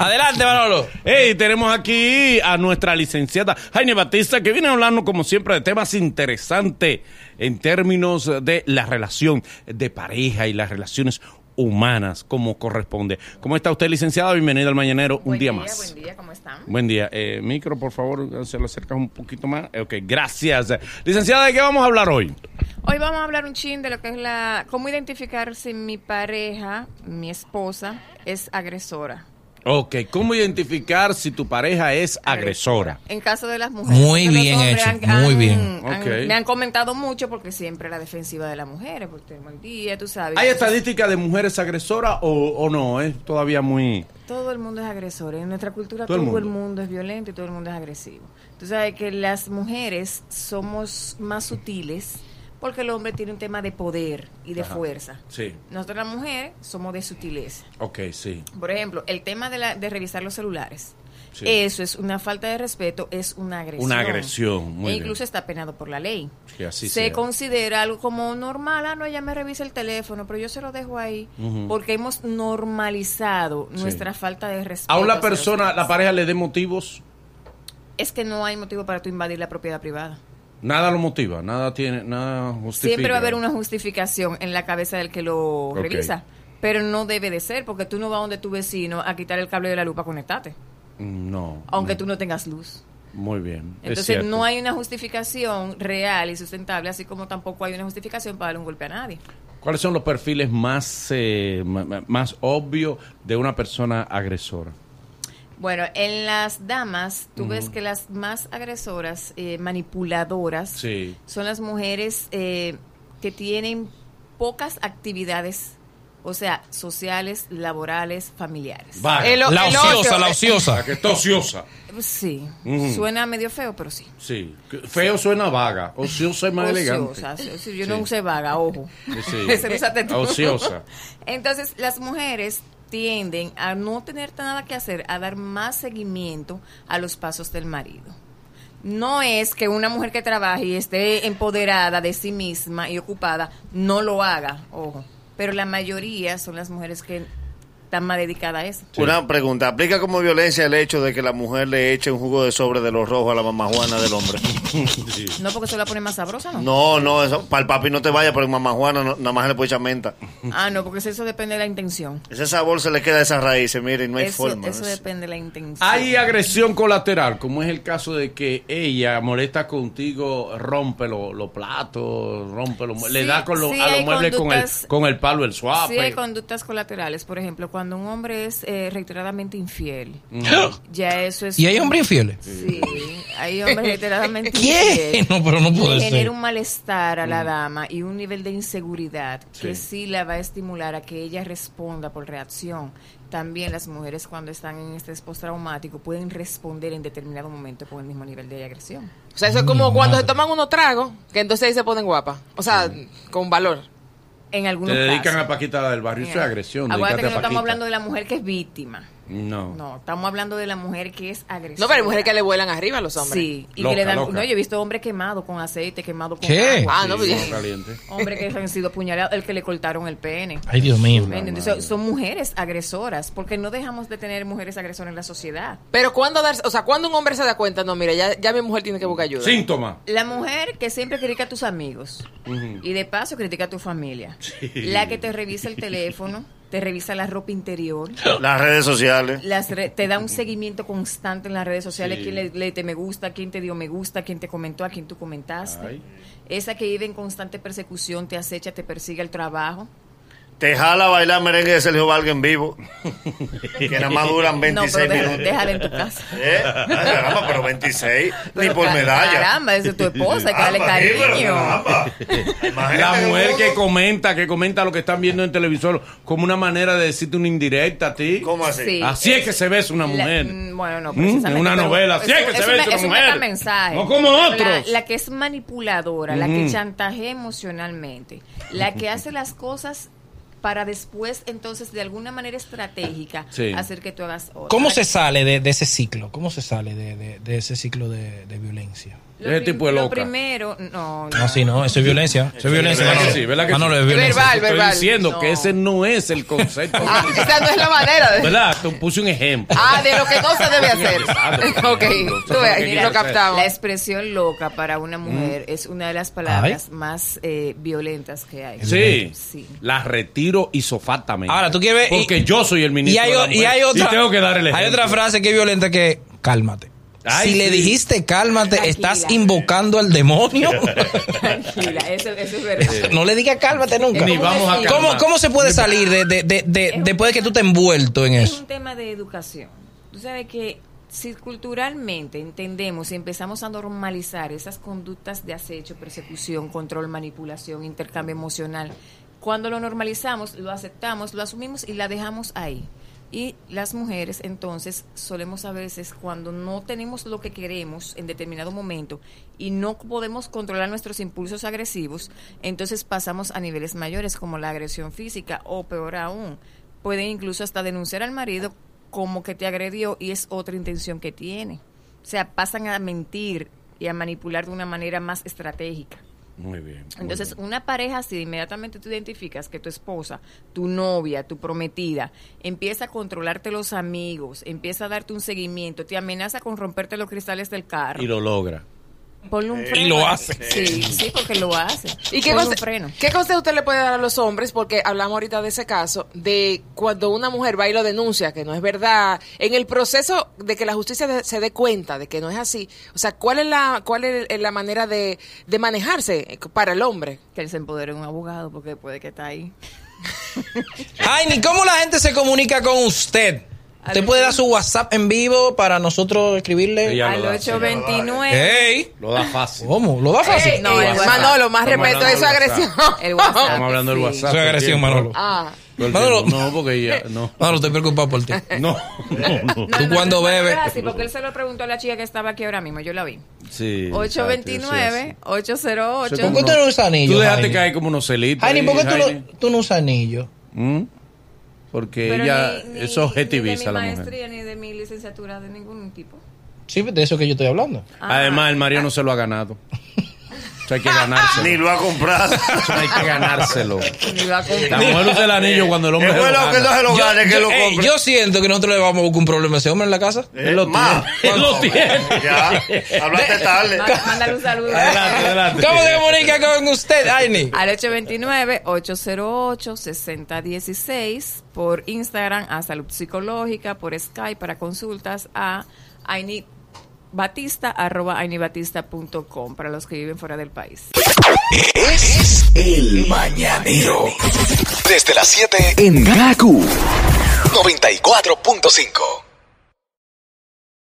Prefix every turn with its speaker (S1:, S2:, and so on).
S1: Adelante, Manolo.
S2: Hey, tenemos aquí a nuestra licenciada Jaime Batista, que viene hablando, como siempre, de temas interesantes en términos de la relación de pareja y las relaciones humanas, como corresponde. ¿Cómo está usted, licenciada? Bienvenida al Mañanero, un
S3: Buen
S2: día, más.
S3: Buen día, ¿cómo están?
S2: Buen día. Eh, micro, por favor, se lo acercas un poquito más. Eh, Ok, gracias. Licenciada, ¿de qué vamos a hablar hoy?
S3: Hoy vamos a hablar un chin de lo que es la. cómo identificar si mi pareja, mi esposa, es agresora.
S2: Ok, ¿cómo identificar si tu pareja es agresora?
S3: En caso de las mujeres.
S1: Muy
S3: los
S1: bien
S3: hombres
S1: hecho, muy bien.
S3: han-
S2: Ok.
S3: me han comentado mucho porque siempre la defensiva de las mujeres, porque tenemos el día, tú sabes.
S2: ¿Hay estadística de mujeres agresoras o, o no? Es todavía muy...
S3: Todo el mundo es agresor. En nuestra cultura
S2: Todo
S3: todo,
S2: el
S3: el
S2: mundo.
S3: mundo es violento y todo el mundo es agresivo. Tú sabes que las mujeres somos más sutiles porque el hombre tiene un tema de poder y de
S2: Ajá.
S3: fuerza.
S2: Sí,
S3: Nosotros las mujeres somos de sutileza.
S2: ok, sí.
S3: Por ejemplo, el tema de, la- de revisar los celulares.
S2: Sí.
S3: Eso es una falta de respeto, es una agresión.
S2: Una agresión, muy
S3: e
S2: bien.
S3: incluso está penado por la ley.
S2: Que así
S3: se
S2: sea.
S3: considera algo como normal, ah, no, ella me revisa el teléfono, pero yo se lo dejo ahí,
S2: Ujú.
S3: porque hemos normalizado
S2: Sí.
S3: nuestra falta de respeto.
S2: A una
S3: hacia los
S2: persona,
S3: demás.
S2: la pareja le dé motivos,
S3: Es que no hay motivo para tú invadir la propiedad privada.
S2: nada lo motiva, nada tiene, nada justifica.
S3: Siempre va a haber una justificación en la cabeza del que lo
S2: Ok.
S3: revisa, pero no debe de ser, porque tú no vas donde tu vecino a quitar el cable de la luz para conectarte,
S2: Mm, No. Mm,
S3: aunque tú no tengas luz.
S2: Muy bien. es
S3: Entonces
S2: cierto.
S3: no hay una justificación real y sustentable, así como tampoco hay una justificación para darle un golpe a nadie.
S2: ¿Cuáles son los perfiles más, eh, ma- ma- más obvios de una persona agresora?
S3: Bueno, en las damas, tú ves que las más agresoras, eh, manipuladoras,
S2: Sí.
S3: son las mujeres eh, que tienen pocas actividades, o sea, sociales, laborales, familiares.
S2: Vaga.
S3: El o-
S1: La
S3: el
S1: ociosa,
S3: ocio-
S1: la
S3: eh,
S1: ociosa.
S2: que está ociosa.
S3: Sí,
S2: Ujú.
S3: suena medio feo, pero sí.
S2: Sí. Feo suena vaga. Ociosa es más elegante.
S3: Ociosa, sí, sí, yo no
S2: Sí.
S3: usé vaga, ojo.
S2: Sí.
S3: Ese lo usaste tú.
S2: Ociosa.
S3: Entonces, las mujeres tienden a no tener nada que hacer, a dar más seguimiento a los pasos del marido. No es que una mujer que trabaje y esté empoderada de sí misma y ocupada no lo haga, ojo. Pero la mayoría son las mujeres que están más dedicadas a eso.
S2: Sí.
S4: Una pregunta, ¿aplica como violencia el hecho de que la mujer le eche un jugo de sobre de los rojos a la mamá Juana del hombre?
S2: Sí.
S3: No porque se la pone más sabrosa, ¿no?
S4: No, no, eso, para el papi no te vaya, porque mamá Juana no- nada más le puede echar menta.
S3: Ah, no, porque eso depende de la intención.
S4: Ese sabor se le queda a esas raíces, miren, no hay
S3: eso,
S4: forma.
S3: eso
S4: ¿no?
S3: depende de la intención.
S2: Hay agresión colateral, como es el caso de que ella molesta contigo, rompe lo- los platos, rompe los mue- le
S3: Sí,
S2: da con lo-
S3: sí
S2: a los
S3: hay
S2: muebles con el,
S3: conductas-
S2: con el palo, el
S3: Sí,
S2: suave.
S3: hay conductas colaterales. Por ejemplo, cuando un hombre es eh, reiteradamente infiel,
S1: Mm.
S3: ya eso es.
S1: ¿Y hay hombres infieles?
S3: Sí, hay hombres reiteradamente
S1: ¿Qué?
S3: infieles.
S1: No, pero no Mm. puede ser.
S3: Genera un malestar a la dama y un nivel de inseguridad que sí la va a estimular a que ella responda por reacción. También las mujeres cuando están en estrés postraumático pueden responder en determinado momento con el mismo nivel de agresión.
S5: O sea, eso es como cuando se toman unos tragos, que entonces ahí se ponen guapas. O sea, con valor.
S3: En
S2: Te
S3: algunos
S2: dedican
S3: casos.
S2: a Paquita del Barrio, eso es agresión.
S3: Acuérdate
S2: dedícate
S3: que
S2: a
S3: no estamos
S2: Paquita.
S3: hablando de la mujer que es víctima.
S2: No.
S3: No, estamos hablando de la mujer que es agresiva.
S5: No, pero hay mujeres que le vuelan arriba a los hombres.
S3: Sí, y
S2: Loca,
S3: que le dan.
S2: loca.
S3: No, yo he visto hombres quemados con aceite, quemados con
S1: ¿Qué?
S3: agua.
S5: Ah, no,
S2: Sí,
S5: pues
S2: no,
S5: ya.
S2: caliente.
S3: Hombres que han sido apuñalados, el que le cortaron el pene.
S1: Ay, Dios mío.
S3: ¿Me entiendes? Son, son mujeres agresoras, porque no dejamos de tener mujeres agresoras en la sociedad.
S5: Pero cuando darse- o sea, cuando un hombre se da cuenta, no, mira, ya, ya mi mujer tiene que buscar ayuda.
S2: Síntoma.
S3: La mujer que siempre critica a tus amigos y de paso critica a tu familia. La que te revisa el teléfono, te revisa la ropa interior.
S4: Las redes sociales.
S3: las re- te da un seguimiento constante en las redes sociales, quién le, le te me gusta, quién te dio me gusta, quién te comentó, a quién tú comentaste.
S2: Ay.
S3: Esa que vive en constante persecución, te acecha, te persigue el trabajo.
S4: Te jala a bailar merengue de Sergio Valga en vivo, que nada más duran
S3: no,
S4: 26
S3: pero deja-
S4: minutos.
S3: déjala en tu casa.
S4: ¿Eh? Ay, caramba, pero 26, ni
S3: Pero
S4: por
S3: ca-
S4: medalla.
S3: Caramba, esa es tu esposa, hay que darle
S4: Caramba, sí, Ah, pero
S3: cariño.
S4: caramba. Imagínate
S2: La
S4: que
S2: mujer
S4: uno-
S2: que comenta, que comenta lo que están viendo en televisor como una manera de decirte una indirecta a ti.
S4: ¿Cómo así?
S3: Sí.
S2: Así es que se besa una
S3: La-
S2: mujer.
S3: mm, bueno, no,
S2: Mm,
S3: precisamente.
S2: en una
S3: pero
S2: novela, así es que se ve
S3: una-
S2: entre
S3: es un
S2: mujeres.
S3: metamensaje.
S2: No como otros.
S3: La, la que es manipuladora, la
S2: Ujú.
S3: que chantajea emocionalmente, la que hace las cosas para después, entonces, de alguna manera estratégica,
S2: Sí.
S3: hacer que tú hagas otra.
S1: ¿Cómo se sale de, de ese ciclo? ¿Cómo se sale de, de- de ese ciclo de, de violencia?
S3: Lo
S2: Ese
S3: prim-
S2: tipo de
S3: lo
S2: loca.
S3: primero, no, no.
S1: No, sí, no, eso es violencia. Eso es violencia,
S2: ¿Verdad que
S1: Manolo.
S2: sí? ¿Verdad que
S1: Manolo,
S2: sí?
S1: es violencia.
S5: Verbal,
S2: Estoy
S5: verbal.
S2: diciendo
S5: No.
S2: que ese no es el concepto.
S5: Ah, esa no es la manera de...
S2: ¿Verdad? Te puse un ejemplo.
S5: Ah, de lo que no se debe hacer.
S2: Exacto.
S5: ok, tú ves, ahí
S2: Mira,
S5: lo captamos.
S3: La expresión loca para una mujer es una de las palabras más eh, violentas que hay.
S2: Sí.
S3: Sí.
S2: La retiro isofatamente.
S1: Ahora, ¿tú quieres ver?
S2: Porque
S1: Y-
S2: yo soy el
S1: Y
S2: ministro.
S1: hay,
S2: de la
S1: o- y
S2: mujer.
S1: hay otra.
S2: tengo que dar el
S1: Hay
S2: ejemplo.
S1: otra frase que es violenta que cálmate.
S2: Ay,
S1: si le
S2: sí.
S1: dijiste cálmate,
S3: Tranquila.
S1: estás invocando al demonio.
S3: Tranquila, eso, eso es verdad.
S1: no le digas cálmate nunca.
S2: Ni vamos a
S1: ¿Cómo,
S2: calmar.
S1: ¿Cómo se puede salir de, de- de- de-
S3: Es un-
S1: después de que tú te envuelto en
S3: Este Es
S1: eso?
S3: un tema de educación. Tú sabes que si culturalmente entendemos y empezamos a normalizar esas conductas de acecho, persecución, control, manipulación, intercambio emocional, cuando lo normalizamos, lo aceptamos, lo asumimos y la dejamos ahí. Y las mujeres entonces solemos a veces cuando no tenemos lo que queremos en determinado momento y no podemos controlar nuestros impulsos agresivos, entonces pasamos a niveles mayores como la agresión física o peor aún, pueden incluso hasta denunciar al marido como que te agredió y es otra intención que tiene. O sea, pasan a mentir y a manipular de una manera más estratégica.
S2: Muy bien. muy
S3: Entonces,
S2: bien.
S3: una pareja, si inmediatamente tú identificas que tu esposa, tu novia, tu prometida, empieza a controlarte los amigos, empieza a darte un seguimiento, te amenaza con romperte los cristales del carro,
S2: Y lo Eh, logra.
S3: ponle un freno.
S1: Y lo hace.
S3: Sí, sí, porque lo hace.
S5: ¿Y qué,
S3: Ponle
S5: conse-
S3: un freno.
S5: qué consejo usted le puede dar a los hombres? Porque hablamos ahorita de ese caso, de cuando una mujer va y lo denuncia, que no es verdad, en el proceso de que la justicia de- se dé cuenta de que no es así, o sea, ¿cuál es la, cuál es la manera de, de manejarse eh, para el hombre?
S3: Que él se empodere un abogado porque puede que está ahí.
S1: Ay, ni cómo la gente se comunica con usted. ¿Usted puede dar su WhatsApp en vivo para nosotros escribirle?
S2: Ella
S3: Al
S2: lo da, sí,
S3: 829.
S1: ¡Ey!
S2: Lo da fácil.
S1: ¿Cómo? ¿Lo da fácil?
S5: Ey,
S3: No, el
S5: ey,
S3: WhatsApp.
S5: Manolo, más
S2: Estamos
S5: respeto,
S2: hablando
S5: eso es
S2: del
S5: agresión.
S3: El WhatsApp.
S2: Estamos hablando del
S3: ah, sí.
S2: WhatsApp.
S1: Eso es agresión,
S2: todo el tiempo.
S1: Manolo.
S5: Ah.
S2: Todo el
S1: Manolo.
S2: tiempo. No, porque ya. No.
S1: Manolo, estoy preocupado por ti.
S2: No, no, no.
S1: Tú cuando
S3: no, no,
S1: bebes.
S3: no, sí, porque él se lo preguntó a la chica que estaba aquí ahora mismo, yo la vi.
S2: Sí. exacto, sí, así. Eso
S3: 829-808.
S1: ¿Por qué tú no usas anillo?
S2: Tú dejaste
S1: Jaime?
S2: caer como unos celitos.
S1: Jaime,
S2: ahí,
S1: ¿por qué tú,
S2: Jaime.
S1: no- tú no usas anillo?
S2: ¿Mm? Porque
S3: Pero
S2: ella
S3: ni- ni-
S2: es objetivista la
S3: ni de mi
S2: mujer.
S3: maestría ni de mi licenciatura de ningún tipo.
S1: Sí, de eso que yo estoy hablando.
S3: Ah.
S2: Además, el marido no se lo ha ganado. Eso hay que ganárselo.
S4: Ni lo ha comprado.
S2: Eso hay que ganárselo.
S3: Ni va a
S2: La
S3: comprar.
S2: mujer usa el anillo cuando el hombre
S4: Es
S2: se lo
S4: Eh, bueno que no
S2: gana. eh,
S4: se lo gane, que
S1: yo,
S4: lo
S1: ey,
S4: compre.
S1: yo siento que nosotros le vamos a buscar un problema a ese hombre en la casa.
S4: Eh,
S2: Él lo
S4: ma,
S2: tiene. Él lo tiene.
S4: Ya, hablaste tarde.
S3: Má- Mándale un saludo.
S2: Adelante, adelante.
S1: ¿Cómo se comunica con usted, Aini?
S3: Al 829-808-6016 por Instagram a Salud Psicológica, por Skype para consultas a ainibatista arroba ainibatista.com para los que viven fuera del país.
S6: Es el mañanero. Desde las 7 en GACU 94.5.